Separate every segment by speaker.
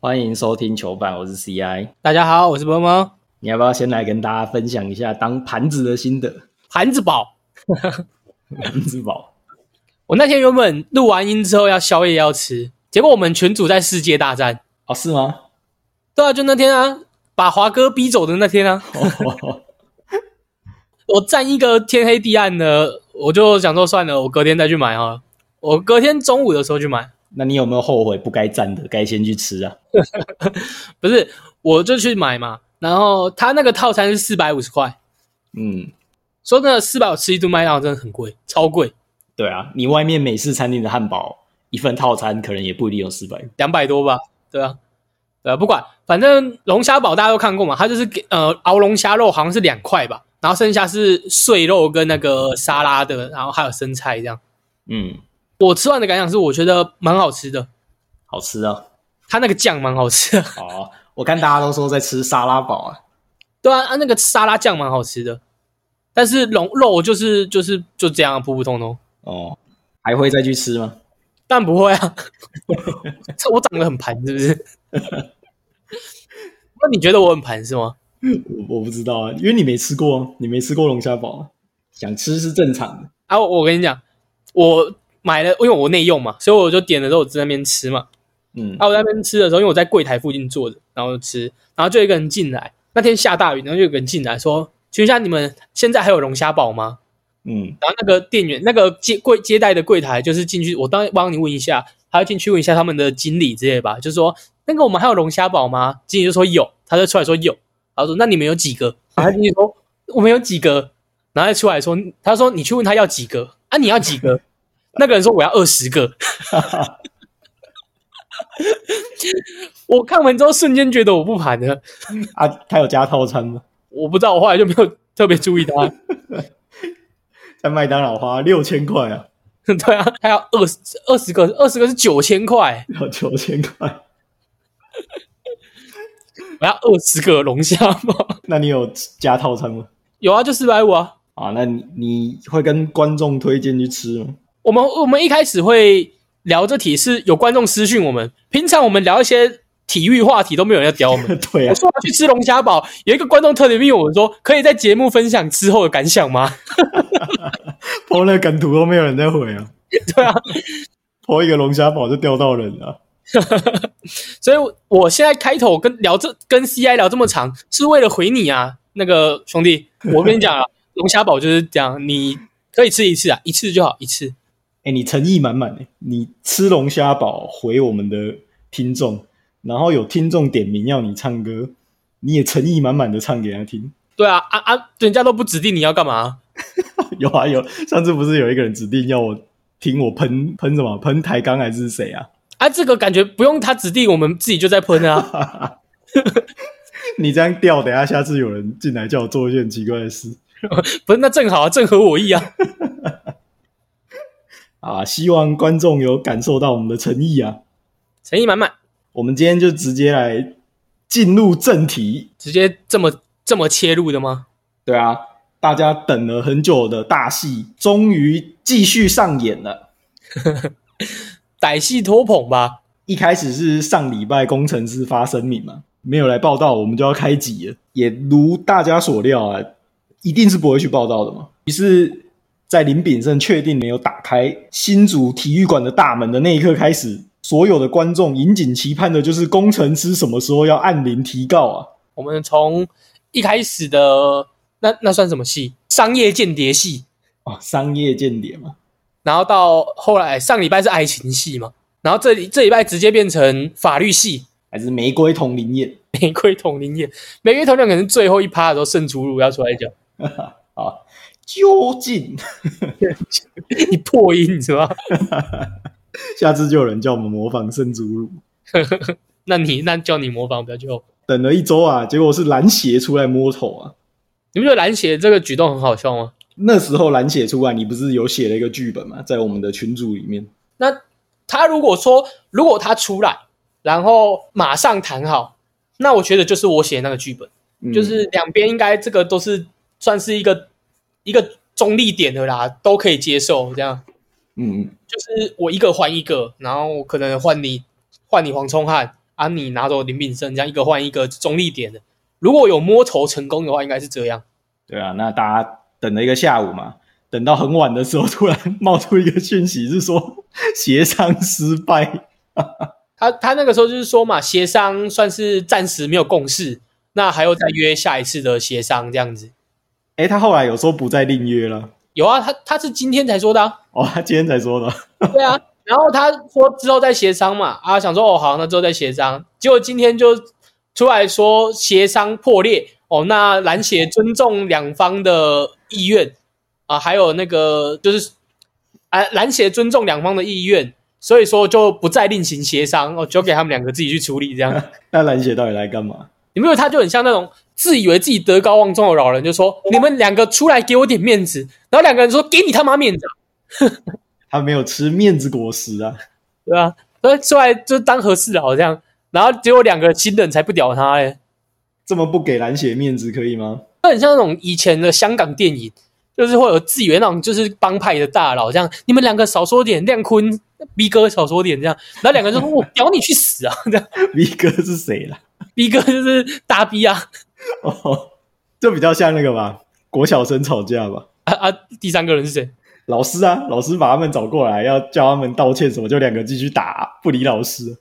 Speaker 1: 欢迎收听球板，我是 CI。
Speaker 2: 大家好，我是波波，
Speaker 1: 你要不要先来跟大家分享一下当盘子的心得？
Speaker 2: 盘子宝。
Speaker 1: 盘子宝，
Speaker 2: 我那天原本录完音之后要宵夜要吃，结果我们群组在世界大战。
Speaker 1: 哦，是吗？
Speaker 2: 对啊，就那天啊，把华哥逼走的那天啊，
Speaker 1: 哦，
Speaker 2: 我占一个天黑地暗的，我就想说算了，我隔天再去买好了。我隔天中午的时候去买，
Speaker 1: 那你有没有后悔不该站的，该先去吃啊？
Speaker 2: 不是，我就去买嘛。然后他那个套餐是四百五十块，
Speaker 1: 嗯，
Speaker 2: 说真的，四百我吃一顿麦当劳真的很贵，超贵，
Speaker 1: 对啊，你外面美式餐厅的汉堡一份套餐可能也不一定有四百。
Speaker 2: 两百多吧？对啊，对啊，不管，反正龙虾堡大家都看过嘛，它就是给呃熬龙虾肉好像是两块吧，然后剩下是碎肉跟那个沙拉的，然后还有生菜这样。
Speaker 1: 嗯，
Speaker 2: 我吃完的感想是，我觉得蛮好吃的，
Speaker 1: 好吃啊。
Speaker 2: 它那个酱蛮好吃的，
Speaker 1: 好啊，我看大家都说在吃沙拉堡啊。
Speaker 2: 对啊，啊那个沙拉酱蛮好吃的，但是龙肉就是就是就这样啊普普通通，
Speaker 1: 哦，还会再去吃吗？
Speaker 2: 但不会啊， 我长得很盘是不是？ 那你觉得我很盘是吗？
Speaker 1: 我我不知道啊，因为你没吃过啊，你没吃过龙虾堡啊，想吃是正常的。
Speaker 2: 啊，我我跟你讲，我买了，因为我内用嘛，所以我就点了之后我在那边吃嘛。
Speaker 1: 嗯，
Speaker 2: 啊，我在那边吃的时候，因为我在柜台附近坐着，然后就吃，然后就有一个人进来。那天下大雨，然后就有个人进来说：“请问一下，你们现在还有龙虾堡吗
Speaker 1: 嗯？”，
Speaker 2: 然后那个店员，那个接柜接待的柜台就是进去，我当帮你问一下，他要进去问一下他们的经理之类的吧，就说：“那个我们还有龙虾堡吗？”经理就说有，他就出来说有，他说：“那你们有几个？”然后经理说：“我们有几个。”然后他出来说：“他说你去问他要几个啊？你要几个？”那个人说：“我要二十个。” 我看完之后瞬间觉得我不盘了，
Speaker 1: 啊，他有加套餐吗？
Speaker 2: 我不知道，我后来就没有特别注意它。
Speaker 1: 在麦当劳花六千块啊，
Speaker 2: 对啊，还有二十二十个，二十个是九千块，
Speaker 1: 要九千块。
Speaker 2: 我要二十个龙虾堡。
Speaker 1: 那你有加套餐吗？
Speaker 2: 有啊，就四百五啊。
Speaker 1: 啊，那你你会跟观众推荐去吃吗？
Speaker 2: 我们我们一开始会聊这题是有观众私讯我们，平常我们聊一些体育话题都没有人要屌 我们。
Speaker 1: 对
Speaker 2: 我
Speaker 1: 啊，
Speaker 2: 说我要去吃龙虾堡，有一个观众特别问我说，可以在节目分享之后的感想吗？
Speaker 1: 抛那个梗图都没有人在回啊，
Speaker 2: 对啊，
Speaker 1: 抛一个龙虾堡就钓到人了、啊
Speaker 2: 所以我现在开头跟聊这跟 CI 聊这么长，是为了回你啊，那个兄弟，我跟你讲啊，龙虾堡就是这样，你可以吃一次啊，一次就好，一次。
Speaker 1: 哎、你诚意满满欸你吃龙虾堡回我们的听众，然后有听众点名要你唱歌，你也诚意满满的唱给他听。
Speaker 2: 对啊，啊啊，人家都不指定你要干嘛，
Speaker 1: 有啊有，上次不是有一个人指定要我听我喷喷什么喷抬杠还是谁啊？
Speaker 2: 啊，这个感觉不用他指定，我们自己就在喷 啊。
Speaker 1: 你这样调，等一下下次有人进来叫我做一件奇怪的事
Speaker 2: 不是，那正好啊，正合我意啊。
Speaker 1: 啊！希望观众有感受到我们的诚意啊！
Speaker 2: 诚意满满，
Speaker 1: 我们今天就直接来进入正题。
Speaker 2: 直接这么这么切入的吗？
Speaker 1: 对啊，大家等了很久的大戏终于继续上演了。
Speaker 2: 歹戏拖捧吧，
Speaker 1: 一开始是上礼拜工程师发声明嘛，没有来报道，我们就要开集了。也如大家所料啊，一定是不会去报道的嘛。于是，在林炳胜确定没有打开新竹体育馆的大门的那一刻开始，所有的观众引颈期盼的就是工程师什么时候要按铃提告啊？
Speaker 2: 我们从一开始的那那算什么戏？商业间谍戏，
Speaker 1: 哦，商业间谍嘛，
Speaker 2: 然后到后来上礼拜是爱情戏嘛，然后这里这礼拜直接变成法律系，
Speaker 1: 还是玫瑰同林宴？
Speaker 2: 玫瑰同林宴，玫瑰同林宴可能最后一趴的时候胜出如要出来讲，
Speaker 1: 啊，究竟？
Speaker 2: 你破音你知道吗？
Speaker 1: 下次就有人叫我们模仿圣祖鲁。
Speaker 2: 那你那叫你模仿不要就，
Speaker 1: 等了一周啊，结果是蓝鞋出来摸头啊。
Speaker 2: 你不觉得蓝鞋这个举动很好笑吗？
Speaker 1: 那时候蓝写出来，你不是有写了一个剧本吗？在我们的群组里面，
Speaker 2: 那他如果说如果他出来，然后马上谈好，那我觉得就是我写的那个剧本，
Speaker 1: 嗯
Speaker 2: 就是两边应该这个都是算是一个一个中立点的啦，都可以接受这样。
Speaker 1: 嗯，
Speaker 2: 就是我一个换一个，然后可能换你换你黄聪汉啊，你拿走林炳胜，这样一个换一个中立点的。如果有摸头成功的话，应该是这样。
Speaker 1: 对啊，那大家等了一个下午嘛，等到很晚的时候，突然冒出一个讯息是说协商失败。
Speaker 2: 他他那个时候就是说嘛，协商算是暂时没有共识，那还要再约下一次的协商这样子。
Speaker 1: 哎，他后来有说不再另约了。
Speaker 2: 有啊，他他是今天才说的、啊，
Speaker 1: 哦，他今天才说的，
Speaker 2: 对啊。然后他说之后再协商嘛，啊，想说哦好，那之后再协商。结果今天就出来说协商破裂，哦，那篮协尊重两方的意愿啊，还有那个就是啊，篮协尊重两方的意愿，所以说就不再另行协商，哦，就给他们两个自己去处理这样。
Speaker 1: 那蓝血到底来干嘛？
Speaker 2: 你没有他就很像那种自以为自己德高望重的老人，就说你们两个出来给我点面子，然后两个人说给你他妈面子啊，
Speaker 1: 他没有吃面子果实啊！
Speaker 2: 对啊，所以出来就当和事佬这样，然后结果两个新人才不屌他嘞，
Speaker 1: 这么不给蓝血面子可以吗？
Speaker 2: 他很像那种以前的香港电影，就是会有自以为那种就是帮派的大佬这样，你们两个少说点，亮坤、逼哥少说点这样，然后两个人就说我屌你去死啊，这样
Speaker 1: 逼哥是谁啦？
Speaker 2: 逼哥就是大逼啊
Speaker 1: 哦，这比较像那个吧，国小生吵架吧。
Speaker 2: 啊啊！第三个人是谁？
Speaker 1: 老师啊，老师把他们找过来，要叫他们道歉什么，就两个继续打，不理老师。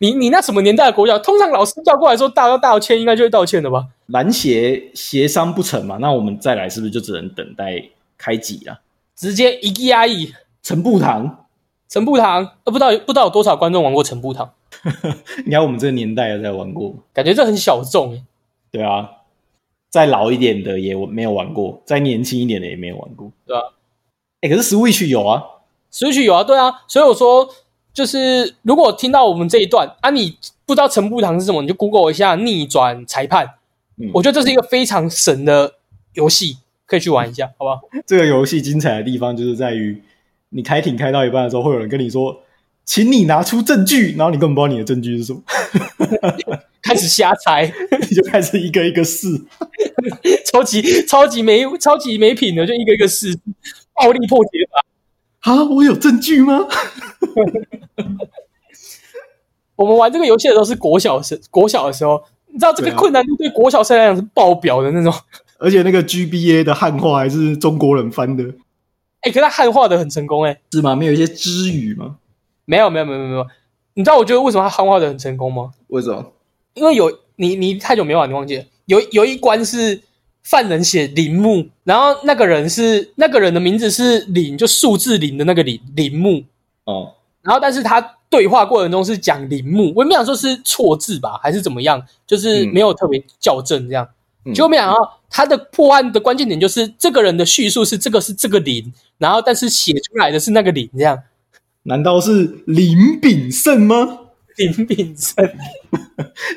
Speaker 2: 你你那什么年代的国教？通常老师叫过来说大家道歉，应该就会道歉的吧？
Speaker 1: 篮协协商不成嘛，那我们再来是不是就只能等待开几啊？
Speaker 2: 直接一个压抑。
Speaker 1: 陈步堂，
Speaker 2: 陈步堂，呃，不知道不知道有多少观众玩过陈步堂，
Speaker 1: 应该我们这个年代的才玩过，
Speaker 2: 感觉这很小众欸。
Speaker 1: 对啊，再老一点的也没有玩过，再年轻一点的也没有玩过，
Speaker 2: 对啊
Speaker 1: 哎、可是 Switch 有啊，
Speaker 2: Switch 有啊，对啊，所以我说就是如果听到我们这一段啊，你不知道陈步堂是什么，你就 Google 一下逆转裁判，
Speaker 1: 嗯
Speaker 2: 我觉得这是一个非常神的游戏，可以去玩一下，好不 好？
Speaker 1: 这个游戏精彩的地方就是在于，你开艇开到一半的时候，会有人跟你说，请你拿出证据，然后你根本不知道你的证据是什么，
Speaker 2: 开始瞎猜，
Speaker 1: 你就开始一个一个试。
Speaker 2: 超级超级没超级没品的，就一个一个试，暴力破解法。
Speaker 1: 啊，我有证据吗？
Speaker 2: 我们玩这个游戏的时候是国小生，国小的时候，你知道这个
Speaker 1: 对啊
Speaker 2: 困难度对国小生来讲是爆表的那种。
Speaker 1: 而且那个 GBA 的汉化还是中国人翻的，
Speaker 2: 哎、可他汉化的很成功哎、
Speaker 1: 是吗？没有一些知语吗？
Speaker 2: 没有没有没有没有没有，你知道我觉得为什么他汉化的很成功吗？
Speaker 1: 为什么？
Speaker 2: 因为有你你太久没玩，你忘记了有有一关是犯人写铃木，然后那个人是那个人的名字是铃，就数字零的那个铃铃木，
Speaker 1: 哦，
Speaker 2: 然后但是他对话过程中是讲铃木，我也没想说是错字吧，还是怎么样，就是没有特别校正这样。
Speaker 1: 嗯
Speaker 2: 结果没想到他的破案的关键点就是这个人的叙述是这个是这个零，然后但是写出来的是那个零这样。
Speaker 1: 难道是林炳胜吗？
Speaker 2: 林秉 正，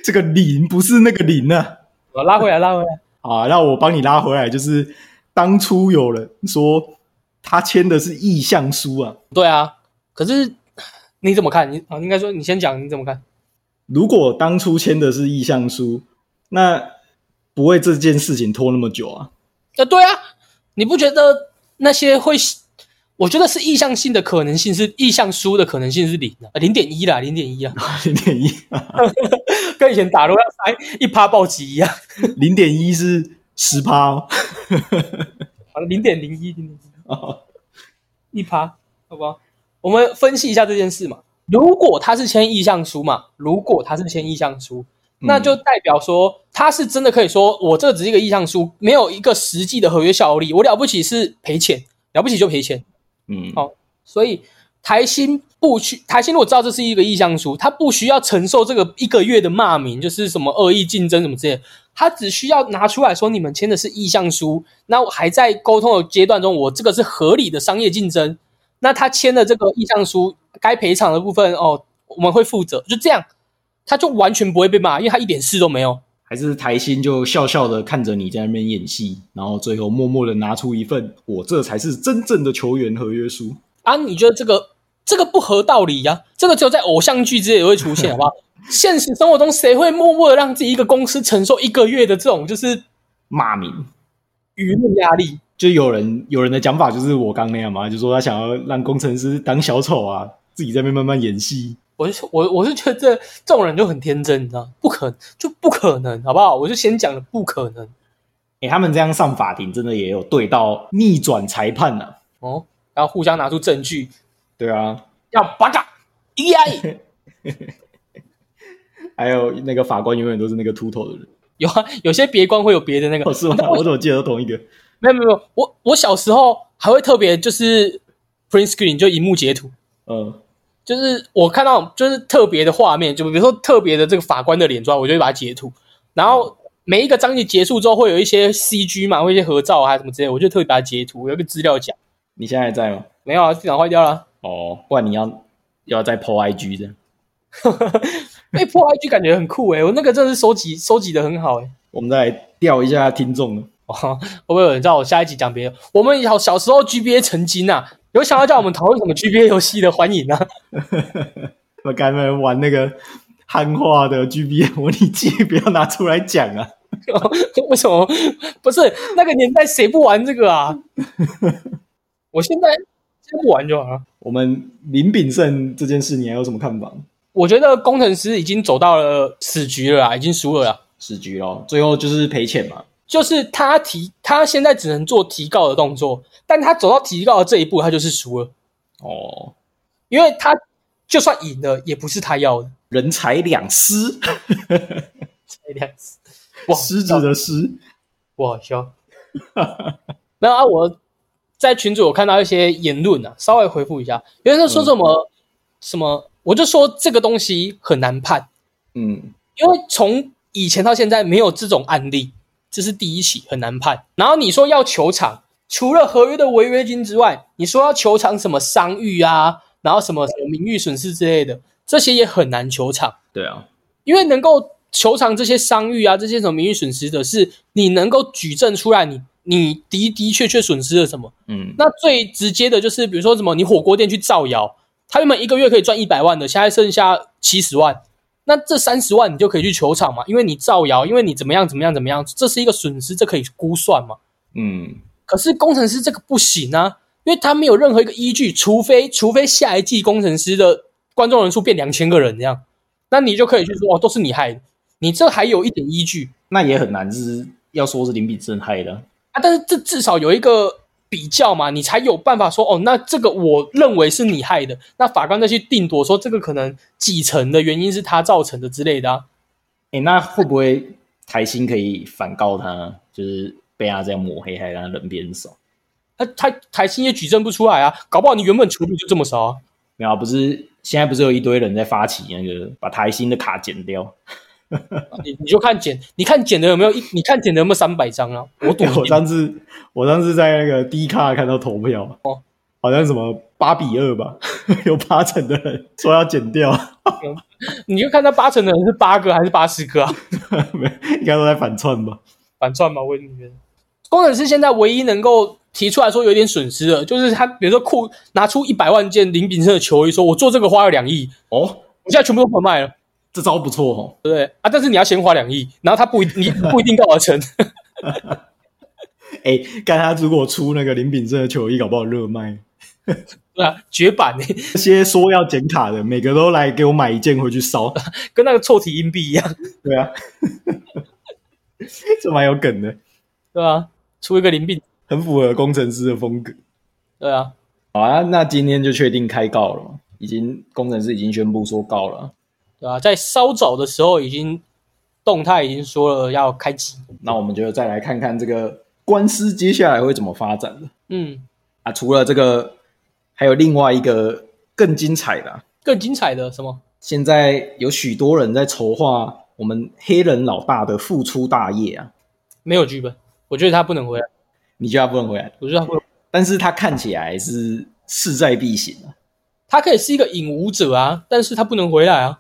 Speaker 1: 这个林不是那个林啊！
Speaker 2: 我哦拉回来，拉回来。
Speaker 1: 啊，那我帮你拉回来，就是当初有人说他签的是意向书啊，
Speaker 2: 对啊，可是你怎么看？你啊，应该说你先讲你怎么看。
Speaker 1: 如果当初签的是意向书，那不会这件事情拖那么久啊。
Speaker 2: 呃，对啊，你不觉得那些会？我觉得是意向性的可能性是意向输的可能性是零的，零点一啦，零点一啊，
Speaker 1: 零点一，
Speaker 2: 跟以前打罗要塞一趴暴击一样，
Speaker 1: 零点一是十趴哦。
Speaker 2: 好了，啊零点零一，零点
Speaker 1: 哦
Speaker 2: 一，一趴，好不好？我们分析一下这件事嘛。如果他是签意向书嘛，如果他是签意向书，那就代表说他是真的可以说，我这只是一个意向书，没有一个实际的合约效力。我了不起是赔钱，了不起就赔钱。
Speaker 1: 嗯，
Speaker 2: 好所以台新不需台新，我知道这是一个意向书，他不需要承受这个一个月的骂名，就是什么恶意竞争什么之类的，他只需要拿出来说你们签的是意向书，那我还在沟通的阶段中，我这个是合理的商业竞争，那他签的这个意向书该赔偿的部分哦，我们会负责，就这样，他就完全不会被骂，因为他一点事都没有。
Speaker 1: 还是台新就笑笑的看着你在那边演戏，然后最后默默的拿出一份我这才是真正的球员合约书。
Speaker 2: 啊，你觉得这个这个不合道理呀、这个只有在偶像剧之类也会出现，好不好？现实生活中，谁会默默的让自己一个公司承受一个月的这种就是
Speaker 1: 骂名，
Speaker 2: 舆论压力？
Speaker 1: 就有人有人的讲法就是我刚那样嘛，就说他想要让工程师当小丑啊，自己在那边慢慢演戏。
Speaker 2: 我就我我是觉得这这种人就很天真，你知道，不可能就不可能，好不好？我就先讲了不可能
Speaker 1: 哎、他们这样上法庭，真的也有对到逆转裁判呢、
Speaker 2: 哦，然后互相拿出证据，
Speaker 1: 对啊，
Speaker 2: 要 E 八嘎一个压一。
Speaker 1: 还有那个法官永远都是那个秃头的人，
Speaker 2: 有啊，有些别光会有别的那个
Speaker 1: 哦，，是吗？我怎么记得都同一个？
Speaker 2: 没有没有没有，我我小时候还会特别就是 print screen 就荧幕截图，
Speaker 1: 嗯，
Speaker 2: 就是我看到就是特别的画面，就比如说特别的这个法官的脸妆，我就会把它截图。然后每一个章节结束之后，会有一些 CG 嘛，会有一些合照啊什么之类的，我就特别把它截图，有一个资料夹。
Speaker 1: 你现在还在吗？
Speaker 2: 没有啊，电脑坏掉了啊。
Speaker 1: 哦，不然你要要再 PO IG 这样。
Speaker 2: 被破 IG 感觉很酷诶、我那个真的是收集收集的很好诶、
Speaker 1: 我们再来调一下听众，
Speaker 2: 哦，会不会有人知道我下一集讲别的？我们小小时候 GBA 曾经啊，有想要叫我们讨论什么 GBA 游戏的，欢迎啊！
Speaker 1: 我刚才玩那个汉化的 GB，我你记不要拿出来讲啊！
Speaker 2: 为什么不是那个年代谁不玩这个啊？我现在现在不玩就好了。
Speaker 1: 我们林炳胜这件事，你还有什么看法？
Speaker 2: 我觉得工程师已经走到了死局了啊，已经输了啊。
Speaker 1: 死局咯，最后就是赔钱嘛。
Speaker 2: 就是他提，他现在只能做提告的动作，但他走到提告的这一步，他就是输了，
Speaker 1: 哦，
Speaker 2: 因为他就算赢了，也不是他要的。
Speaker 1: 人财两失，
Speaker 2: 这样子，哇，
Speaker 1: 哦失子的失。
Speaker 2: 我好笑。 没有啊，我在群组有看到一些言论啊，稍微回复一下。有人说什么、什么，我就说这个东西很难判，
Speaker 1: 嗯，
Speaker 2: 因为从以前到现在没有这种案例，这是第一起，很难判。然后你说要球场，除了合约的违约金之外，你说要球场什么伤愈啊，然后什么什么名誉损失之类的，这些也很难球场。
Speaker 1: 对啊，
Speaker 2: 因为能够球场这些伤愈啊，这些什么名誉损失的，是你能够举证出来你，你的的确确损失了什么。
Speaker 1: 嗯，
Speaker 2: 那最直接的就是，比如说什么，你火锅店去造谣，他原本一个月可以赚一百万的，现在剩下七十万，那这三十万你就可以去球场嘛，因为你造谣，因为你怎么样怎么样怎么样，这是一个损失，这可以估算嘛。
Speaker 1: 嗯，
Speaker 2: 可是工程师这个不行啊，因为他没有任何一个依据，除非除非下一季工程师的观众人数变两千个人这样，那你就可以去说哦，都是你害的，你这还有一点依据
Speaker 1: 那也很难是要说是林炳胜害的啊。
Speaker 2: 啊，但是这至少有一个比较嘛，你才有办法说哦，那这个我认为是你害的，那法官再去定夺说这个可能几成的原因是他造成的之类的啊，
Speaker 1: 哎、那会不会台新可以反告他，就是被他这样抹黑，害他人变少？
Speaker 2: 他他台新也举证不出来啊，搞不好你原本球路就这么少啊。
Speaker 1: 没有啊，不是现在不是有一堆人在发起那个把台新的卡剪掉？
Speaker 2: 你你就看减，你看减的有没有一？你看减的有没有三百张啊？我赌
Speaker 1: 欸 我
Speaker 2: 你
Speaker 1: 上次我上次在那个 D 卡看到投票，哦，好像什么八比二吧， 有八成的人说要剪掉，
Speaker 2: 你就看那八成的人是八个还是八十个啊？
Speaker 1: 没应该都在反串吧？
Speaker 2: 反串吧，我也觉得。工程师现在唯一能够提出来说有点损失的，就是他比如说库拿出一百万件林炳胜的球衣，说我做这个花了两亿，
Speaker 1: 哦，
Speaker 2: 我现在全部都不卖了，
Speaker 1: 这招不错哦，
Speaker 2: 对不对啊？但是你要先花两亿，然后他不一你不一定告得成，
Speaker 1: 哎、看他如果出那个林炳胜的球衣，搞不好热卖。
Speaker 2: 对啊，绝版、欸，
Speaker 1: 那些说要剪卡的，每个都来给我买一件回去烧。
Speaker 2: 跟那个臭体硬币一样，
Speaker 1: 对啊， 这蛮有梗的，
Speaker 2: 对啊？出一个林炳，
Speaker 1: 很符合工程师的风格。
Speaker 2: 对啊，
Speaker 1: 好啊，那今天就确定开告了嘛，已经工程师已经宣布说告了啊。
Speaker 2: 对啊，在稍早的时候已经动态已经说了要开机，
Speaker 1: 那我们就再来看看这个官司接下来会怎么发展了
Speaker 2: 嗯，
Speaker 1: 啊！除了这个，还有另外一个更精彩的啊、
Speaker 2: 更精彩的什么？
Speaker 1: 现在有许多人在筹划我们黑人老大的复出大业啊！
Speaker 2: 没有剧本，我觉得他不能回来，
Speaker 1: 你觉得他不能回来？
Speaker 2: 我觉得他不能。
Speaker 1: 但是他看起来是势在必行啊！
Speaker 2: 他可以是一个影舞者啊，但是他不能回来啊。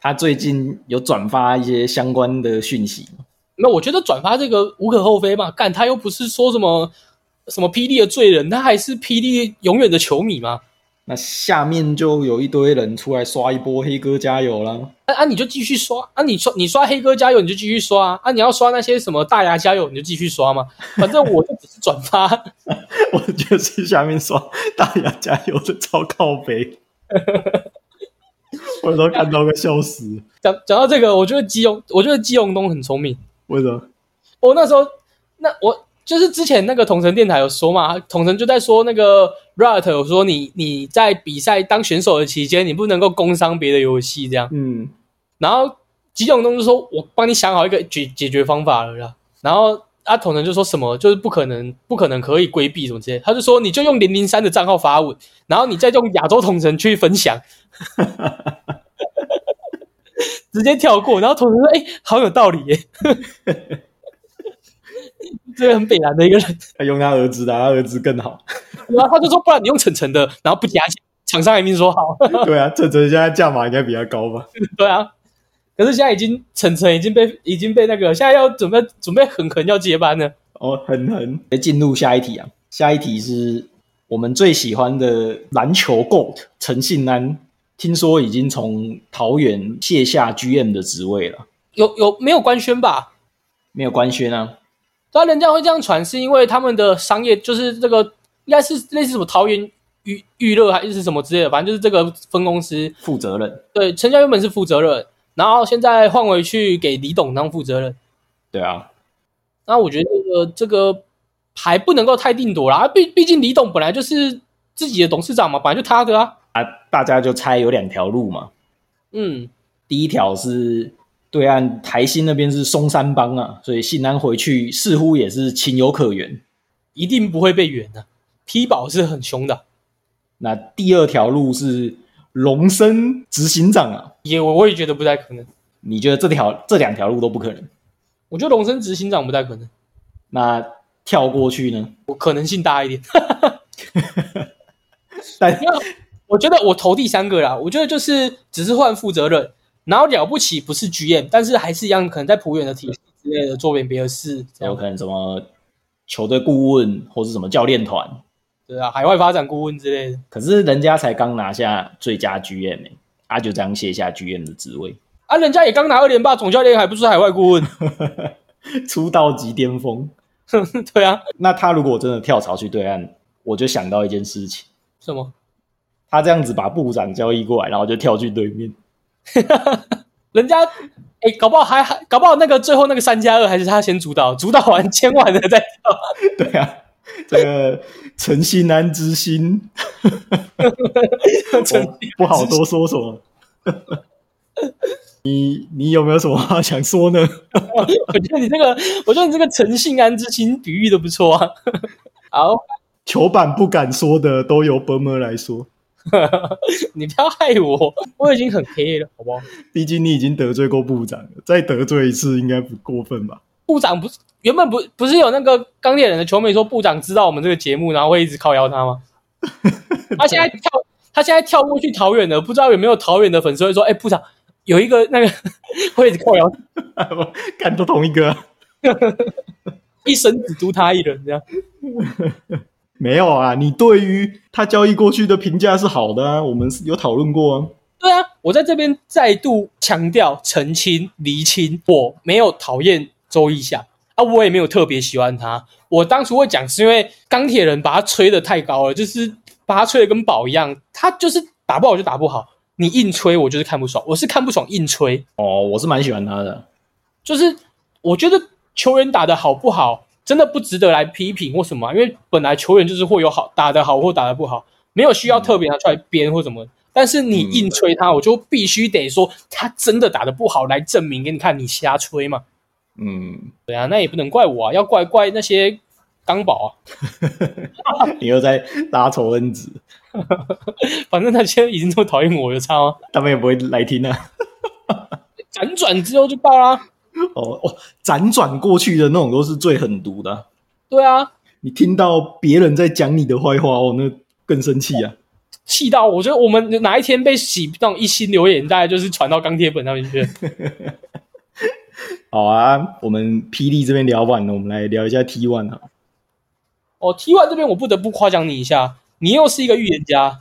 Speaker 1: 他最近有转发一些相关的讯息，
Speaker 2: 那我觉得转发这个无可厚非嘛，干他又不是说什么什么霹雳的罪人，他还是霹雳永远的球迷嘛。
Speaker 1: 那下面就有一堆人出来刷一波黑哥加油啦！
Speaker 2: 啊啊，你就继续刷啊，你刷你刷黑哥加油，你就继续刷啊，啊你要刷那些什么大牙加油，你就继续刷嘛。反正我就只是转发，
Speaker 1: 我就是下面刷大家加油的超靠北。我都看到个笑死。
Speaker 2: 讲讲到这个，我觉得基隆，我觉得基隆东很聪明。
Speaker 1: 为什么？
Speaker 2: 我那时候，那我就是之前那个统神电台有说嘛，统神就在说那个 Riot 有说你你在比赛当选手的期间，你不能够工伤别的游戏这样。
Speaker 1: 嗯，
Speaker 2: 然后吉永东就说：“我帮你想好一个解解决方法了啦。”然后阿统神就说什么就是不可能，不可能可以规避什么之类的，他就说你就用零零三的账号发文，然后你再用亚洲统神去分享， 直接跳过。然后统神说：“哎、好有道理耶。” 这个很北南的一个人，
Speaker 1: 他用他儿子的，他儿子更好。
Speaker 2: 然后他就说：“不然你用晨晨的，然后不加钱。”厂商还明说好，
Speaker 1: 对啊，这这现在价码应该比较高吧？
Speaker 2: 对啊，可是现在已经晨晨已经被已经被那个，现在要准备准备狠狠要接班了。
Speaker 1: 哦，很很。进入下一题啊，下一题是我们最喜欢的篮球 GOAT 陈信安，听说已经从桃园卸下 GM 的职位了，
Speaker 2: 有有没有官宣吧？
Speaker 1: 没有官宣啊。
Speaker 2: 当然，人家会这样传，是因为他们的商业就是这个，应该是类似什么桃园娱娱乐还是什么之类的，反正就是这个分公司。
Speaker 1: 负责人，
Speaker 2: 对，陈家原本是负责人，然后现在换回去给李董当负责人。
Speaker 1: 对啊，
Speaker 2: 那我觉得这个这个还不能够太定夺啦，毕毕竟李董本来就是自己的董事长嘛，本来就他的啊。
Speaker 1: 啊，大家就猜有两条路嘛。
Speaker 2: 嗯，
Speaker 1: 第一条是对岸台新那边是松山帮啊，所以信安回去似乎也是情有可原。
Speaker 2: 一定不会被圆的、批保是很凶的，
Speaker 1: 那第二条路是龙生执行长啊，
Speaker 2: 也我我也觉得不太可能。
Speaker 1: 你觉得这条这两条路都不可能？
Speaker 2: 我觉得龙生执行长不太可能，
Speaker 1: 那跳过去呢？
Speaker 2: 我可能性大一点。
Speaker 1: 但
Speaker 2: 我觉得我投第三个啦，我觉得就是只是换负责人，然后了不起不是 GM，但是还是一样可能在浦原的体系之类的做点别的事，这
Speaker 1: 有
Speaker 2: 样
Speaker 1: 可能什么球队顾问或是什么教练团，
Speaker 2: 对啊，海外发展顾问之类的，
Speaker 1: 可是人家才刚拿下最佳 GM 欸他就这样卸下 GM 的职位，
Speaker 2: 啊，人家也刚拿二连霸总教练，还不是海外顾问，
Speaker 1: 出道即巅峰。
Speaker 2: 对啊，
Speaker 1: 那他如果真的跳槽去对岸，我就想到一件事情，
Speaker 2: 什么？
Speaker 1: 他这样子把部长交易过来，然后就跳去对面，
Speaker 2: 人家哎、搞不好还还搞不好那个最后那个三加二还是他先主导，主导完 签完了再跳，
Speaker 1: 对啊，这个陈信安之 心，
Speaker 2: 陈
Speaker 1: 我不好多说什么。 你你有没有什么话想说呢？
Speaker 2: 我觉得你这个，我觉得你这个诚信安之心比喻的不错啊。 好，
Speaker 1: 球板不敢说的，都由伯门来说。
Speaker 2: 你不要害我，我已经很黑了，好不好？
Speaker 1: 毕竟你已经得罪过部长了，再得罪一次应该不过分吧？
Speaker 2: 部长不是原本不不是有那个钢铁人的球迷说部长知道我们这个节目，然后会一直靠邀他吗？ 他现在跳，他现在跳过去桃园了，不知道有没有桃园的粉丝会说，哎、部长有一个 那个会一直靠邀，
Speaker 1: 看都同一个啊、
Speaker 2: 一生只独他一人这样。
Speaker 1: 没有啊？你对于他交易过去的评价是好的啊，我们是有讨论过啊。
Speaker 2: 对啊，我在这边再度强调、澄清、厘清，我没有讨厌周一翔啊，我也没有特别喜欢他。我当初会讲是因为钢铁人把他吹得太高了，就是把他吹得跟宝一样，他就是打不好就打不好，你硬吹我就是看不爽，我是看不爽硬吹，
Speaker 1: 哦，我是蛮喜欢他的，啊
Speaker 2: 就是我觉得球员打得好不好，真的不值得来批评或什么啊、因为本来球员就是会有好打得好或打得不好，没有需要特别拿出来编或什么。但是你硬吹他，我就必须得说他真的打得不好来证明给你看，你瞎吹嘛。
Speaker 1: 嗯，
Speaker 2: 对啊，那也不能怪我啊，要怪怪那些钢宝啊
Speaker 1: 你又在拉仇恨值，
Speaker 2: 啊， 反正他现在已经这么讨厌我，有差吗？
Speaker 1: 他们也不会来听啊。
Speaker 2: 辗转之后就爆啦、
Speaker 1: 哦哦，辗转过去的那种都是最狠毒的啊、
Speaker 2: 对啊，
Speaker 1: 你听到别人在讲你的坏话，哦，那更生气啊。
Speaker 2: 气到我觉得我们哪一天被洗那种一心留言，大概就是传到钢铁本上面去了。
Speaker 1: 好啊，我们霹雳这边聊完了，我们来聊一下 T One 啊，
Speaker 2: 哦，T One 这边我不得不夸奖你一下，你又是一个预言家。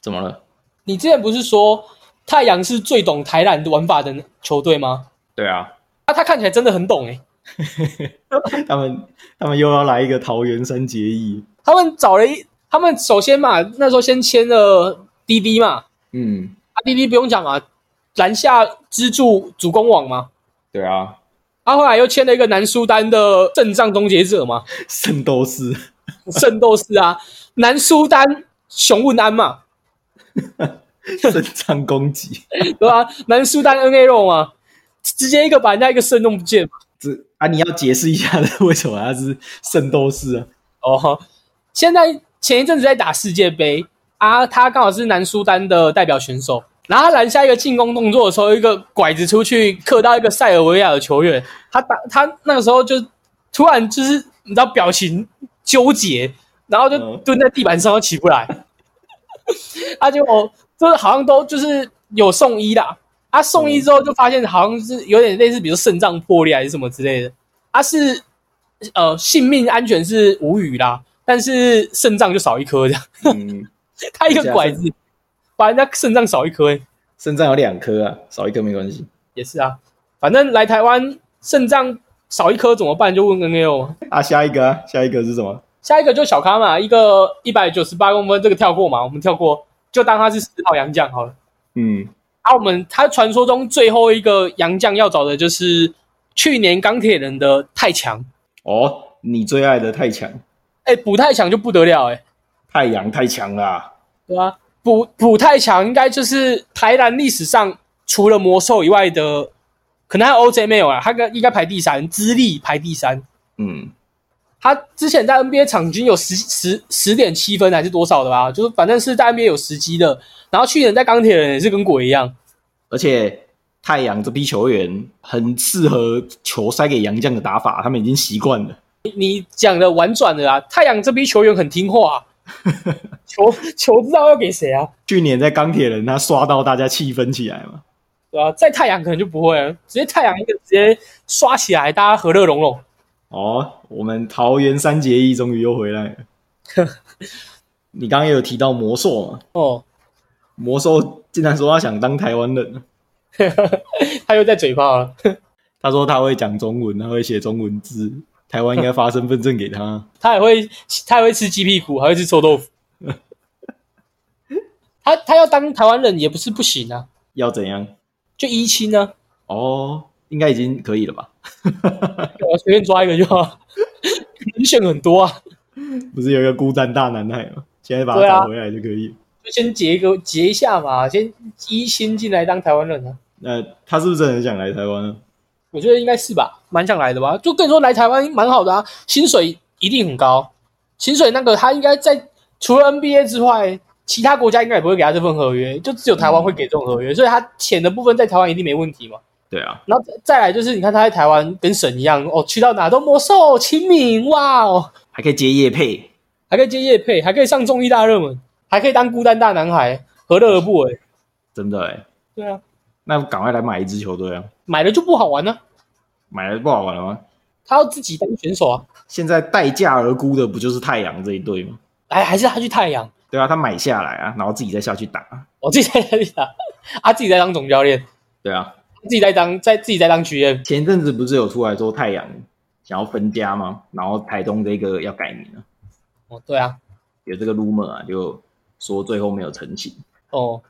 Speaker 1: 怎么了？
Speaker 2: 你之前不是说太阳是最懂台篮玩法的球队吗？
Speaker 1: 对啊，
Speaker 2: 啊，他看起来真的很懂诶、欸
Speaker 1: 他们他们又要来一个桃园三结义。
Speaker 2: 他们找了一，他们首先嘛，那时候先签了滴滴嘛，
Speaker 1: 嗯，
Speaker 2: 阿弟弟不用讲啊，篮下资助主攻网嘛，
Speaker 1: 对啊，
Speaker 2: 他、后来又签了一个南苏丹的阵仗终结者嘛，
Speaker 1: 圣斗士，
Speaker 2: 圣斗士啊，南苏丹熊问安嘛，
Speaker 1: 肾脏攻击，
Speaker 2: 对吧、南苏丹 N A O 嘛，直接一个把人家一个肾弄不见嘛。
Speaker 1: 这啊，你要解释一下为什么他是圣斗士啊？
Speaker 2: 哦，现在前一阵子在打世界杯啊，他刚好是南苏丹的代表选手，然后他拦下一个进攻动作的时候，一个拐子出去克到一个塞尔维亚的球员，他打他那个时候就突然就是你知道表情纠结，然后就
Speaker 1: 嗯
Speaker 2: 蹲在地板上都起不来， 他就就是好像都就是有送医啦。他、送医之后就发现好像是有点类似，比如肾脏破裂还是什么之类的。他、是呃性命安全是无语啦，但是肾脏就少一颗这样。
Speaker 1: 嗯，
Speaker 2: 他一个拐子把人家肾脏少一颗、欸，
Speaker 1: 肾脏有两颗啊，少一颗没关系。
Speaker 2: 也是啊。反正来台湾肾脏少一颗怎么办？就问 N A O。
Speaker 1: 啊，下一个啊，下一个是什么？
Speaker 2: 下一个就小咖嘛，一个一百九十八公分，这个跳过嘛，我们跳过，就当他是十号洋将好了。
Speaker 1: 嗯，
Speaker 2: 啊，我们他传说中最后一个洋将要找的就是去年钢铁人的太强，
Speaker 1: 哦，你最爱的太强，
Speaker 2: 哎、补太强就不得了、哎，
Speaker 1: 太阳太强啦。
Speaker 2: 对吧、啊？补补太强应该就是台篮历史上除了魔兽以外的，可能还有 OJ 没有啊，他跟应该排第三，资历排第三。
Speaker 1: 嗯，
Speaker 2: 他之前在 NBA 场均有十十十点七分还是多少的吧，就是反正是在 NBA 有十击的。然后去年在钢铁人也是跟鬼一样，
Speaker 1: 而且太阳这批球员很适合球塞给杨将的打法，他们已经习惯了。
Speaker 2: 你讲的婉转的啊，太阳这批球员很听话、啊，球球知道要给谁啊，
Speaker 1: 去年在钢铁人他刷到大家气氛起来嘛，
Speaker 2: 对吧、在太阳可能就不会了，直接太阳一个直接刷起来，大家和乐融融。
Speaker 1: 哦，我们桃园三结义终于又回来了。你刚刚也有提到魔兽嘛，
Speaker 2: 哦，
Speaker 1: 魔兽竟然说他想当台湾人，
Speaker 2: 他又在嘴炮啊了，
Speaker 1: 他说他会讲中文，他会写中文字，台湾应该发身份证给他。
Speaker 2: 他也会他也会吃鸡屁股，还会吃臭豆腐。 他他要当台湾人也不是不行啊，
Speaker 1: 要怎样？
Speaker 2: 就一亲啊。
Speaker 1: 哦，应该已经可以了吧？
Speaker 2: 我随便抓一个就好， 人选很多啊，
Speaker 1: 不是有一个孤单大男孩吗？现在把他
Speaker 2: 对啊
Speaker 1: 找回来就可以了。
Speaker 2: 就先结一个结一下嘛，先一新进来当台湾人啊，
Speaker 1: 那、他是不是真的很想来台湾啊？
Speaker 2: 我觉得应该是吧，蛮想来的吧。就跟你说来台湾蛮好的啊，薪水一定很高，薪水那个他应该在除了 NBA 之外，其他国家应该也不会给他这份合约，就只有台湾会给这种合约，所以他钱的部分在台湾一定没问题嘛。
Speaker 1: 对啊，
Speaker 2: 然后再再来就是你看他在台湾跟神一样哦，去到哪都魔兽、亲民哇哦。
Speaker 1: 还可以接叶配，
Speaker 2: 还可以接叶配，还可以上综艺大热门，还可以当孤单大男孩，何乐而不为？
Speaker 1: 真的哎。
Speaker 2: 对啊，
Speaker 1: 那赶快来买一支球队啊！
Speaker 2: 买了就不好玩呢、
Speaker 1: 买了不好玩了吗？
Speaker 2: 他要自己当选手啊。
Speaker 1: 现在待价而沽的不就是太阳这一队吗？
Speaker 2: 哎，还是他去太阳，
Speaker 1: 对啊，他买下来啊，然后自己再下去打。
Speaker 2: 我自己在那里打，他自己在当总教练，
Speaker 1: 对啊，
Speaker 2: 自己在当在自己在当 GM，
Speaker 1: 前阵子不是有出来说太阳想要分家吗？然后台东这个要改名了，
Speaker 2: 哦，对啊，
Speaker 1: 有这个 rumor 啊，就说最后没有成型。
Speaker 2: 哦，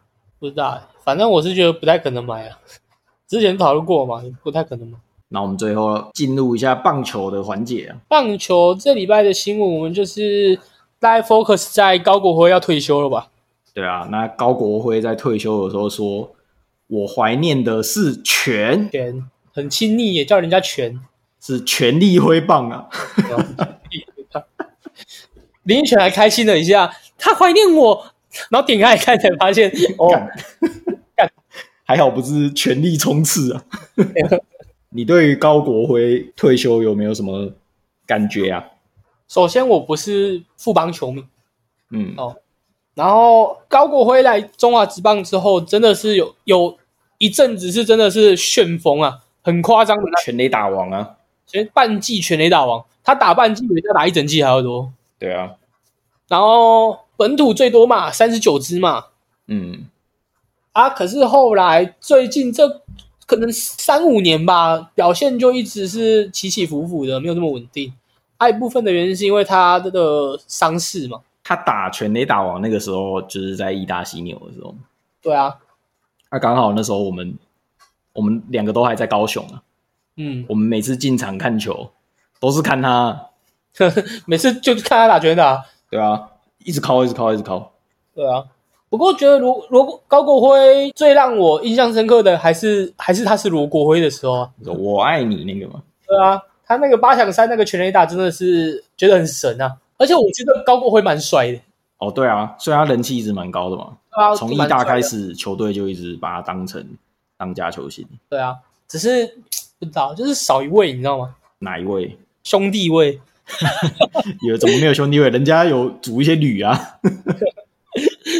Speaker 2: 不知道欸，反正我是觉得不太可能买啊。之前讨论过嘛，不太可能买。
Speaker 1: 那我们最后进入一下棒球的环节啊。
Speaker 2: 棒球这礼拜的新闻，我们就是大家 focus 在高国辉要退休了吧？
Speaker 1: 对啊，那高国辉在退休的时候说：“我怀念的是拳，
Speaker 2: 权很亲昵也叫人家权，
Speaker 1: 是全力挥棒啊。
Speaker 2: 林奕泉还开心了一下，他怀念我，然后点开一看才发现，哦，
Speaker 1: 干
Speaker 2: 干，
Speaker 1: 还好不是全力冲刺 啊。你对于高国辉退休有没有什么感觉啊？
Speaker 2: 首先我不是富邦球迷，
Speaker 1: 嗯，
Speaker 2: 哦然后高国辉来中华职棒之后，真的是有有一阵子是真的是旋风啊，很夸张的那，
Speaker 1: 全垒打王啊，
Speaker 2: 全半季全垒打王，他打半季比他打一整季还要多，
Speaker 1: 对啊，
Speaker 2: 然后本土最多嘛，三十九支嘛，
Speaker 1: 嗯，
Speaker 2: 啊，可是后来最近这可能三五年吧，表现就一直是起起伏伏的，没有那么稳定。还有一部分的原因是因为他的伤势嘛，
Speaker 1: 他打全垒打王那个时候就是在意大犀牛的时候，
Speaker 2: 对啊，
Speaker 1: 那刚好那时候我们我们两个都还在高雄啊，
Speaker 2: 嗯，
Speaker 1: 我们每次进场看球都是看他，
Speaker 2: 每次就是看他打全打，
Speaker 1: 对啊，一直敲，一直敲，一直敲。
Speaker 2: 对啊。不过我觉得罗罗高国辉最让我印象深刻的还是还是他是罗国辉的时候啊，
Speaker 1: 你说我爱你那个嘛，
Speaker 2: 对啊，他那个八强三那个全垒打真的是觉得很神啊，而且我觉得高国辉蛮帅的，
Speaker 1: 哦，对啊，所以他人气一直蛮高的嘛，
Speaker 2: 对啊，
Speaker 1: 从一
Speaker 2: 蛮帅
Speaker 1: 大
Speaker 2: 的
Speaker 1: 开，始，球队就一直把他当成当家球星。
Speaker 2: 对啊，只是不知道就是少一位，你知道吗？
Speaker 1: 哪一位？
Speaker 2: 兄弟位，
Speaker 1: 有怎么没有兄弟会？人家有组一些旅啊，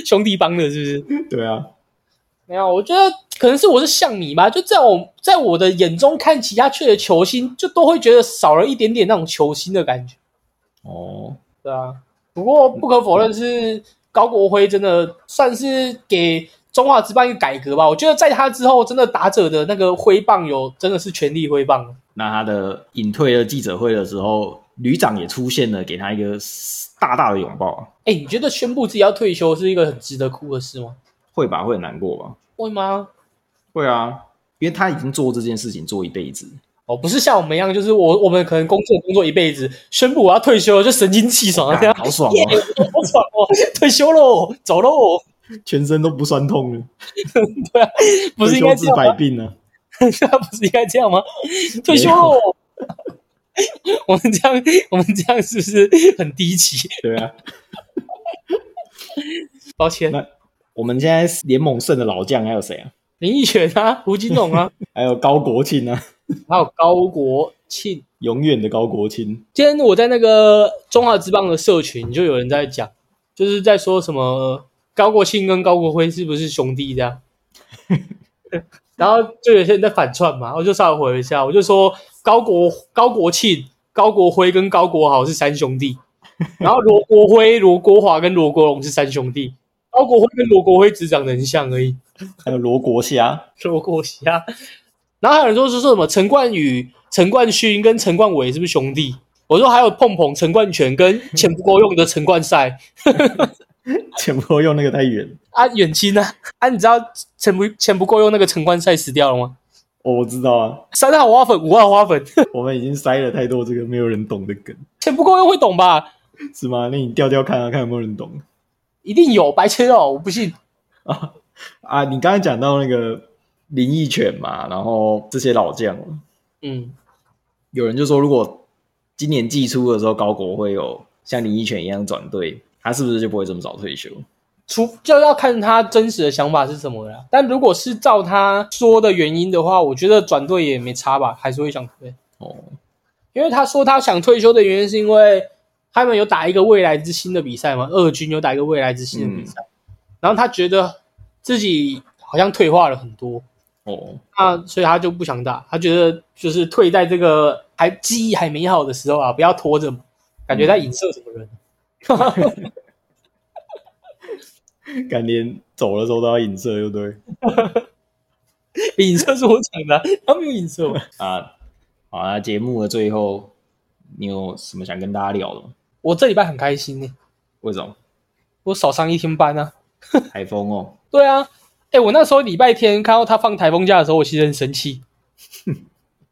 Speaker 2: 兄弟帮的，是不是？
Speaker 1: 对啊，
Speaker 2: 没有，我觉得可能是我是象迷吧，就在我在我的眼中看其他队的球星，就都会觉得少了一点点那种球星的感觉。
Speaker 1: 哦，
Speaker 2: 对啊，不过不可否认是高国辉真的算是给中华职棒一个改革吧。我觉得在他之后，真的打者的那个挥棒有真的是全力挥棒，
Speaker 1: 那他的隐退了记者会的时候，旅长也出现了，给他一个大大的拥抱啊，
Speaker 2: 哎，你觉得宣布自己要退休是一个很值得哭的事吗？
Speaker 1: 会吧？会很难过吧？
Speaker 2: 会吗？
Speaker 1: 会啊，因为他已经做这件事情做一辈子，
Speaker 2: 哦，不是像我们一样，就是我我们可能工作工作一辈子，宣布我要退休了，就神清气 爽啊，这样
Speaker 1: 好爽
Speaker 2: 耶，
Speaker 1: 哦，
Speaker 2: 好爽哦， 退休喽，走喽，
Speaker 1: 全身都不酸痛了，
Speaker 2: 不是应
Speaker 1: 退休
Speaker 2: 该这样
Speaker 1: 治
Speaker 2: 吗
Speaker 1: 百？病呢、
Speaker 2: 那不是应该这样吗？退休喽。 我们这样，我们这样是不是很低级？
Speaker 1: 对啊，
Speaker 2: 抱歉，
Speaker 1: 那我们现在联盟胜的老将还有谁啊？
Speaker 2: 林奕璇啊，胡金龙啊，
Speaker 1: 还有高国庆啊，
Speaker 2: 还有高国庆。
Speaker 1: 永远的高国庆。
Speaker 2: 今天我在那个中华之棒的社群，就有人在讲，就是在说什么高国庆跟高国辉是不是兄弟这样，然后就有些人在反串嘛，我就稍微回一下，我就说高国高国庆、高国辉跟高国豪是三兄弟，然后罗国辉、罗国华跟罗国荣是三兄弟，高国辉跟罗国辉只长得很像而已。
Speaker 1: 还有罗国虾，
Speaker 2: 罗国霞。然后还有人说是说什么陈冠宇、陈冠勋跟陈冠伟是不是兄弟？我说还有碰碰陈冠权跟钱不够用的陈冠赛
Speaker 1: 前不用那个太远。
Speaker 2: 啊，远亲啊啊！你知道钱不钱不够用那个陈冠赛死掉了吗？
Speaker 1: 哦，我知道啊，
Speaker 2: 三号花粉，五号花 粉，
Speaker 1: 我们已经塞了太多这个没有人懂的梗，
Speaker 2: 钱不够用会懂吧？
Speaker 1: 是吗？那你调调看啊，看有没有人懂
Speaker 2: 一定有白痴哦，我不信。
Speaker 1: 啊啊！你刚才讲到那个林奕犬嘛，然后这些老将，
Speaker 2: 嗯，
Speaker 1: 有人就说，如果今年季初的时候高国会有像林奕犬一样转队，他是不是就不会这么早退休？
Speaker 2: 除就要看他真实的想法是什么了啦。但如果是照他说的原因的话，我觉得转队也没差吧，还是会想退。
Speaker 1: 哦，
Speaker 2: 因为他说他想退休的原因是因为他们有打一个未来之星的比赛嘛，二军有打一个未来之星的比赛，然后他觉得自己好像退化了很多，
Speaker 1: 哦，
Speaker 2: 那所以他就不想打，他觉得就是退在这个还记忆还美好的时候啊，不要拖着嘛，感觉在影射什么人。
Speaker 1: 感连走的时候都要影射，对不对？
Speaker 2: 影射是我讲的啊，他没有影射我。
Speaker 1: 啊，好啊，节目的最后，你有什么想跟大家聊的吗？
Speaker 2: 我这礼拜很开心呢、
Speaker 1: 为什么？
Speaker 2: 我少上一天班啊。
Speaker 1: 台风哦，
Speaker 2: 对啊，哎，我那时候礼拜天看到他放台风假的时候，我其实很生气。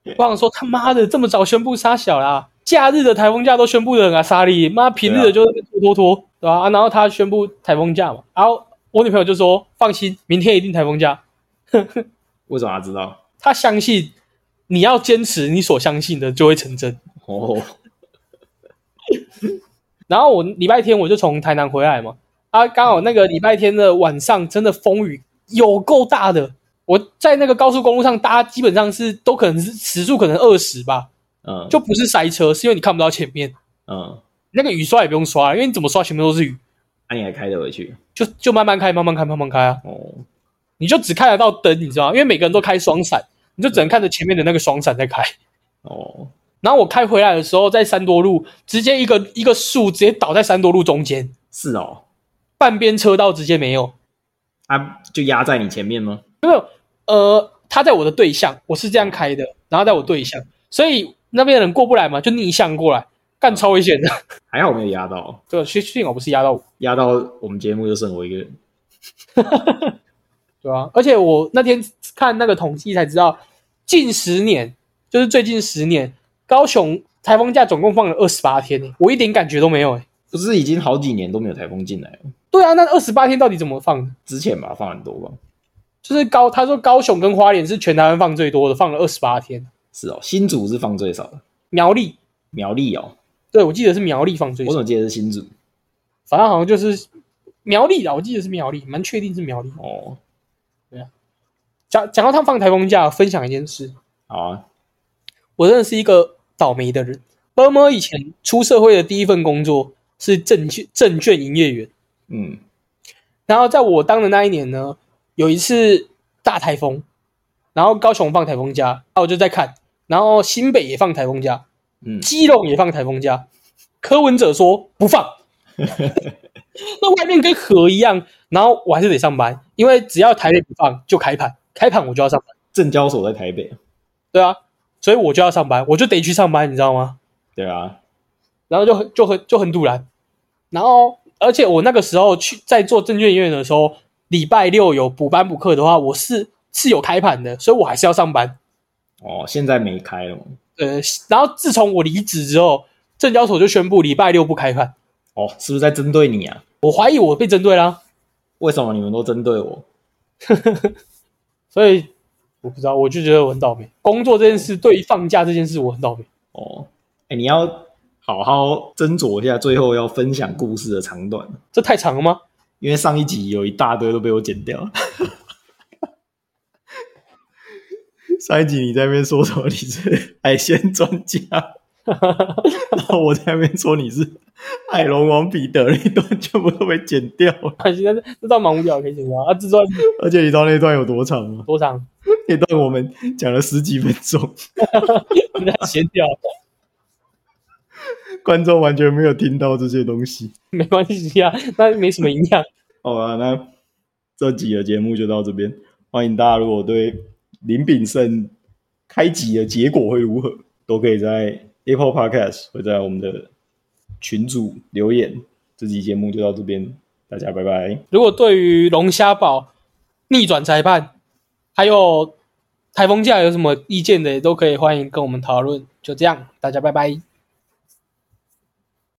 Speaker 2: 我想说他妈的这么早宣布杀小啦，假日的台风假都宣布的很啊沙利，妈平日的就在那边拖拖拖，对吧、啊然后他宣布台风假嘛，然后我女朋友就说放心，明天一定台风假，
Speaker 1: 为什么他啊知道？
Speaker 2: 她相信你要坚持你所相信的就会成真。
Speaker 1: 哦，
Speaker 2: 然后我礼拜天我就从台南回来嘛，啊，刚好那个礼拜天的晚上真的风雨有够大的，我在那个高速公路上，大家基本上是都可能是时速可能二十吧，
Speaker 1: 嗯，
Speaker 2: 就不是塞车，是因为你看不到前面，
Speaker 1: 嗯，
Speaker 2: 那个雨刷也不用刷，因为你怎么刷前面都是雨，
Speaker 1: 那、你还开得回去？
Speaker 2: 就就慢慢开，慢慢开，慢慢开啊，
Speaker 1: 哦，
Speaker 2: 你就只看得到灯，你知道吗？因为每个人都开双闪，你就只能看着前面的那个双闪在开。
Speaker 1: 哦，
Speaker 2: 然后我开回来的时候，在三多路，直接一个一个树直接倒在三多路中间，
Speaker 1: 是哦，
Speaker 2: 半边车道直接没有。
Speaker 1: 啊，就压在你前面吗？
Speaker 2: 呃，他在我的对象，我是这样开的，然后在我对象，所以那边的人过不来嘛，就逆向过来，干超危险的。
Speaker 1: 还好没有压到，
Speaker 2: 对，幸幸好不是压到我，
Speaker 1: 压到我们节目就剩我一个人。
Speaker 2: 对啊，而且我那天看那个统计才知道，近十年就是最近十年，高雄台风假总共放了二十八天呢、我一点感觉都没有哎、
Speaker 1: 不是已经好几年都没有台风进来了，
Speaker 2: 对啊，那二十八天到底怎么放的？
Speaker 1: 之前吧放很多吧。
Speaker 2: 就是高，他说高雄跟花莲是全台湾放最多的，放了二十八天。
Speaker 1: 是哦，新竹是放最少的，
Speaker 2: 苗栗，
Speaker 1: 苗栗哦，
Speaker 2: 对我记得是苗栗放最
Speaker 1: 我
Speaker 2: 少
Speaker 1: 怎，么记得是新竹？
Speaker 2: 反正好像就是苗栗啦，我记得是苗栗，蛮确定是苗栗。
Speaker 1: 哦，
Speaker 2: 讲讲到他们放台风假，分享一件事，
Speaker 1: 好啊，
Speaker 2: 我真的是一个倒霉的人。波波以前出社会的第一份工作是证券证券营业员，
Speaker 1: 嗯，
Speaker 2: 然后在我当的那一年呢，有一次大台风，然后高雄放台风假，那我就在看，然后新北也放台风假，
Speaker 1: 嗯
Speaker 2: 基隆也放台风假，柯文哲说不放，那外面跟河一样，然后我还是得上班，因为只要台北不放就开盘，开盘我就要上班，
Speaker 1: 证交所在台北，
Speaker 2: 对啊，所以我就要上班，我就得去上班，你知道吗？
Speaker 1: 对啊，
Speaker 2: 然后就很就很就很突然。然后，而且我那个时候去在做证券营业员的时候，礼拜六有补班补课的话，我是是有开盘的，所以我还是要上班。
Speaker 1: 哦，现在没开了嘛，
Speaker 2: 呃，然后自从我离职之后，证交所就宣布礼拜六不开盘。
Speaker 1: 哦，是不是在针对你啊？
Speaker 2: 我怀疑我被针对啦，
Speaker 1: 为什么你们都针对我？
Speaker 2: 所以我不知道，我就觉得我很倒霉。工作这件事对于放假这件事，我很倒霉。
Speaker 1: 哦，哎，你要好好斟酌一下最后要分享故事的长短，
Speaker 2: 这太长了吗？
Speaker 1: 因为上一集有一大堆都被我剪掉了。上一集你在那边说什么你是海鲜专家，然后我在那边说你是海龙王彼得，那段全部都被剪掉了。
Speaker 2: 现在这段蛮无聊，可以剪掉啊。这段
Speaker 1: 而且你知道那段有多长吗？
Speaker 2: 多长？
Speaker 1: 那段我们讲了十几分钟，
Speaker 2: 人家剪掉，
Speaker 1: 观众完全没有听到这些东西。
Speaker 2: 没关系啊，那没什么营养。
Speaker 1: 好吧，那这集的节目就到这边。欢迎大家如果对林炳胜开集的结果会如何，都可以在 Apple Podcast 或在我们的群组留言。这集节目就到这边，大家拜拜。
Speaker 2: 如果对于龙虾堡逆转裁判，还有台风假有什么意见的，也都可以欢迎跟我们讨论。就这样，大家拜拜。